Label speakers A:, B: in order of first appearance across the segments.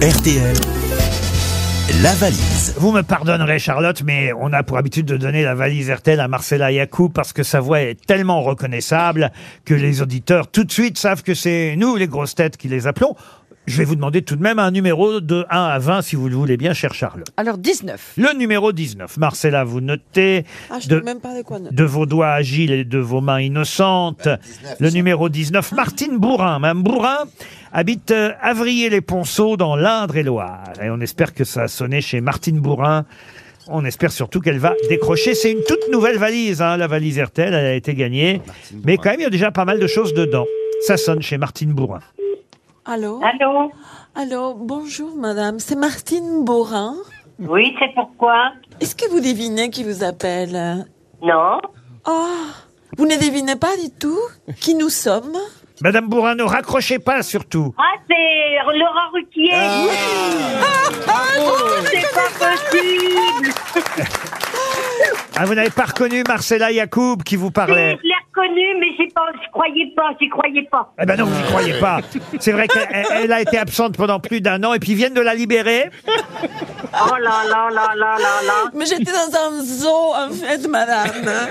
A: RTL, la valise.
B: Vous me pardonnerez, Charlotte, mais on a pour habitude de donner la valise RTL à Marcella Yacoub parce que sa voix est tellement reconnaissable que les auditeurs tout de suite savent que c'est nous, les grosses têtes, qui les appelons. Je vais vous demander tout de même un numéro de 1 à 20, si vous le voulez bien, cher Charlotte.
C: Alors 19.
B: Le numéro 19. Marcella, vous notez.
C: Ah, je
B: de-
C: ne même pas de quoi. noter.
B: de vos doigts agiles et de vos mains innocentes. le numéro
C: Ah.
B: 19, Martine Bourrin. Mme Bourrin habite euh, Avrier-les-Ponceaux dans l'Indre-et-Loire. Et on espère que ça a sonné chez Martine Bourrin. On espère surtout qu'elle va décrocher. C'est une toute nouvelle valise, hein, la valise RTL. Elle a été gagnée. Mais quand même, il y a déjà pas mal de choses dedans. Ça sonne chez Martine Bourrin.
C: Allô
D: Allô
C: Allô, bonjour madame, c'est Martine Borin.
D: Oui, c'est pourquoi
C: Est-ce que vous devinez qui vous appelle
D: Non
C: Oh, vous ne devinez pas du tout qui nous sommes
B: Madame Bourrin, ne raccrochez pas surtout.
D: Ah, c'est Laurent Ruquier Oh, C'est pas possible
B: Ah, vous n'avez pas reconnu Marcella Yacoub qui vous
D: Si,
B: parlait.
D: Je l'ai reconnu, mais j'ai pas, je croyais pas, j'y croyais pas.
B: Eh ben non, vous n'y croyez pas. C'est vrai qu'elle elle- elle a été absente pendant plus d'un an et puis ils viennent de la libérer.
D: Oh là là là là là là
C: Mais j'étais dans un zoo en fait madame.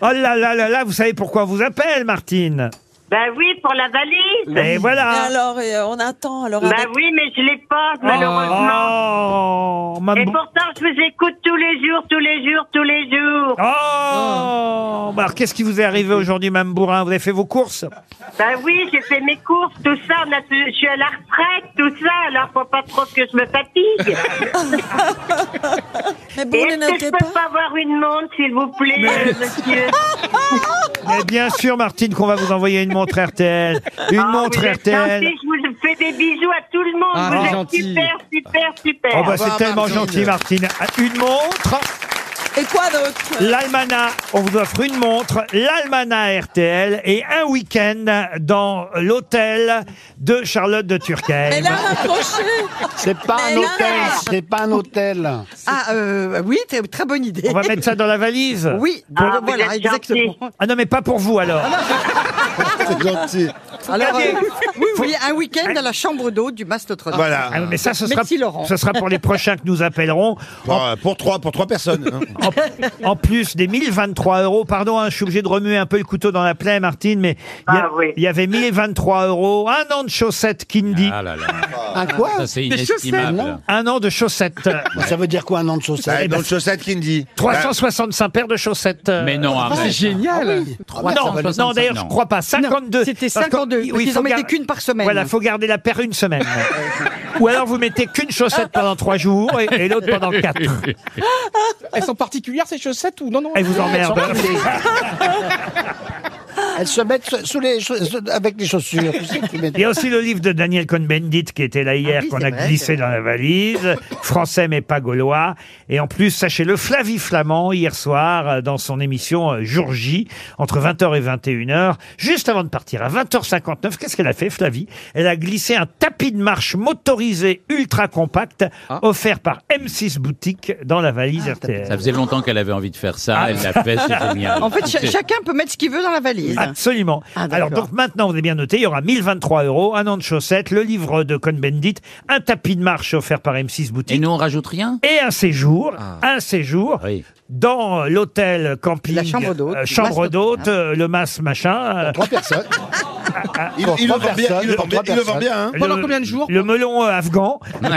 B: Oh là là là là, vous savez pourquoi on vous appelle, Martine
D: Ben oui, pour la valise
B: Et
C: Et
B: voilà.
C: alors et, euh, on attend alors
D: Ben
C: avec-
D: oui, mais je l'ai pas,
B: Ah.
D: malheureusement
B: Oh, Mme
D: Et
B: Bou-
D: pourtant, je vous écoute tous les jours, tous les jours, tous les jours
B: Ah. Oh Bah, Alors, qu'est-ce qui vous est arrivé aujourd'hui, Mme Bourrin Vous avez fait vos courses
D: Ben oui, j'ai fait mes courses, tout ça, on a- je suis à la retraite, tout ça, alors faut pas trop que je me fatigue
C: Mais
D: Et
C: vous ne
D: Est-ce que
C: notez
D: je peux
C: pas
D: pas avoir une montre, s'il vous plaît, euh, monsieur
B: Mais bien sûr, Martine, qu'on va vous envoyer une montre RTL. Une
D: Ah,
B: montre
D: vous êtes
B: RTL.
D: gentils, je vous fais des bisous à tout le monde.
E: Ah,
D: vous
E: c'est
D: êtes
E: gentil.
D: super, super, super.
B: Oh bah c'est
E: revoir,
B: tellement
E: Martine.
B: gentil Martine. Ah, Une montre,
C: Et quoi d'autre
B: l'almanach, on vous offre une montre, l'almanach RTL et un week-end dans l'hôtel de Charlotte de Turckheim.
C: Mais là rapprochez
F: C'est pas
C: Mais
F: un
C: là-
F: hôtel, c'est pas un hôtel.
G: Ah euh, oui, c'est une très bonne idée.
B: On va mettre ça dans la valise.
G: Oui,
D: Ah,
G: bon,
D: vous
G: voilà,
D: êtes
G: exactement.
B: Ah non, mais pas pour vous alors.
F: C'est gentil.
G: Alors,
B: Regardez.
G: euh, oui, oui, un week-end à la chambre d'hôte du Mas Notre-Dame.
H: Voilà.
B: Ah oui, mais ça, ce sera,
G: Merci, Laurent.
B: ce sera pour les prochains que nous appellerons.
H: Pour, euh, pour trois, pour trois personnes. hein.
B: En plus des 1023 euros, pardon, hein, je suis obligé de remuer un peu le couteau dans la plaie, Martine, mais il y, a-
D: Ah oui.
B: il y avait 1023 euros, un an de chaussettes Kindy,
I: Ah là là,
F: Un quoi
I: ça c'est
G: Des chaussettes,
I: inestimable.
F: non
B: un an de chaussettes, euh,
F: Ça veut dire quoi un an de chaussettes
H: Bah, dans le chaussette Kindy.
B: 365 paires de chaussettes. euh,
I: Mais non,
G: C'est
I: arrête.
F: Ah
G: génial.
B: non, non,
I: 65,
B: d'ailleurs,
I: non.
B: je crois pas. 52.
G: C'était
B: Parce que-
G: 52.
B: oui,
G: parce qu'ils
B: faut
G: en mettaient
B: gar-
G: qu'une par semaine.
B: Voilà, faut garder la paire une semaine. Ou alors vous mettez qu'une chaussette pendant trois jours et, et l'autre pendant quatre.
E: Elles sont particulières ces chaussettes ou non non
B: Elle vous emmerde.
F: Elles se mettent sous- sous les chauss- sous- avec les chaussures. tu sais, tu mets-
B: Il y a aussi le livre de Daniel Cohn-Bendit qui était là hier,
G: Ah oui,
B: qu'on
G: c'est
B: a
G: vrai,
B: glissé
G: c'est
B: dans la valise. Français mais pas gaulois. Et en plus, sachez-le, Flavie Flamand, hier soir, euh, dans son émission euh, Jour J, entre 20h et 21h, juste avant de partir, à 20h59, qu'est-ce qu'elle a fait, Flavie Elle a glissé un tapis de marche motorisé ultra compact, offert par M6 Boutique dans la valise RTL.
I: Ah. Ça faisait longtemps qu'elle avait envie de faire ça. Elle l'a fait, c'est génial.
G: En fait, cha-
I: C'est-
G: chacun peut mettre ce qu'il veut dans la valise.
B: Absolument.
G: Ah,
B: Alors
G: d'accord.
B: donc maintenant, vous avez bien noté, il y aura 1023 euros, un an de chaussettes, le livre de Cohn-Bendit, un tapis de marche offert par M6
I: Et
B: Boutique.
I: nous, on rajoute rien
B: Et un séjour, un séjour
I: Ah. Oui.
B: dans l'hôtel camping,
G: La chambre d'hôte.
B: euh, chambre
G: Mas-
B: d'hôte, euh, le mas machin, euh,
F: Trois personnes.
H: Bah, Il,
F: Pour
H: il le
F: trois
H: vend bien, il le
F: personnes,
H: vend
F: pour
H: bien,
F: trois
H: il le vend
F: personnes.
H: bien, hein.
E: Pendant
B: le-
E: combien de jours
B: le melon euh, afghan.
I: Ouais.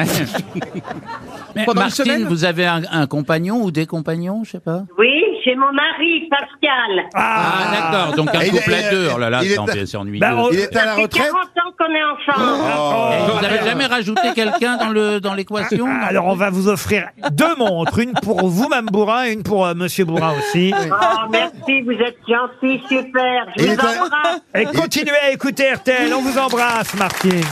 I: Mais
E: Pendant une
I: Martine,
E: semaine
I: vous avez un, un compagnon ou des compagnons, je sais pas
D: Oui, j'ai mon mari, Pascal.
B: Ah,
I: Ah, d'accord, donc un
H: Et il est-
I: couple à deux. Oh là là,
H: il est-
I: c'est en- c'est ennuyeux.
B: Bah, on-
H: Il est à la
D: Ça fait
H: retraite.
D: 40 ans qu'on est ensemble.
I: Et
B: oh.
I: vous n'avez jamais rajouté quelqu'un dans le dans l'équation non
B: Alors on va vous offrir deux montres, une pour vous, Mme Bourrin, et une pour euh, Monsieur Bourrin aussi.
D: Oh, merci, vous êtes gentil, super. Je
H: Il
D: vous
H: est à-
D: embrasse.
B: Et continuez à écouter RTL, on vous embrasse, Martine.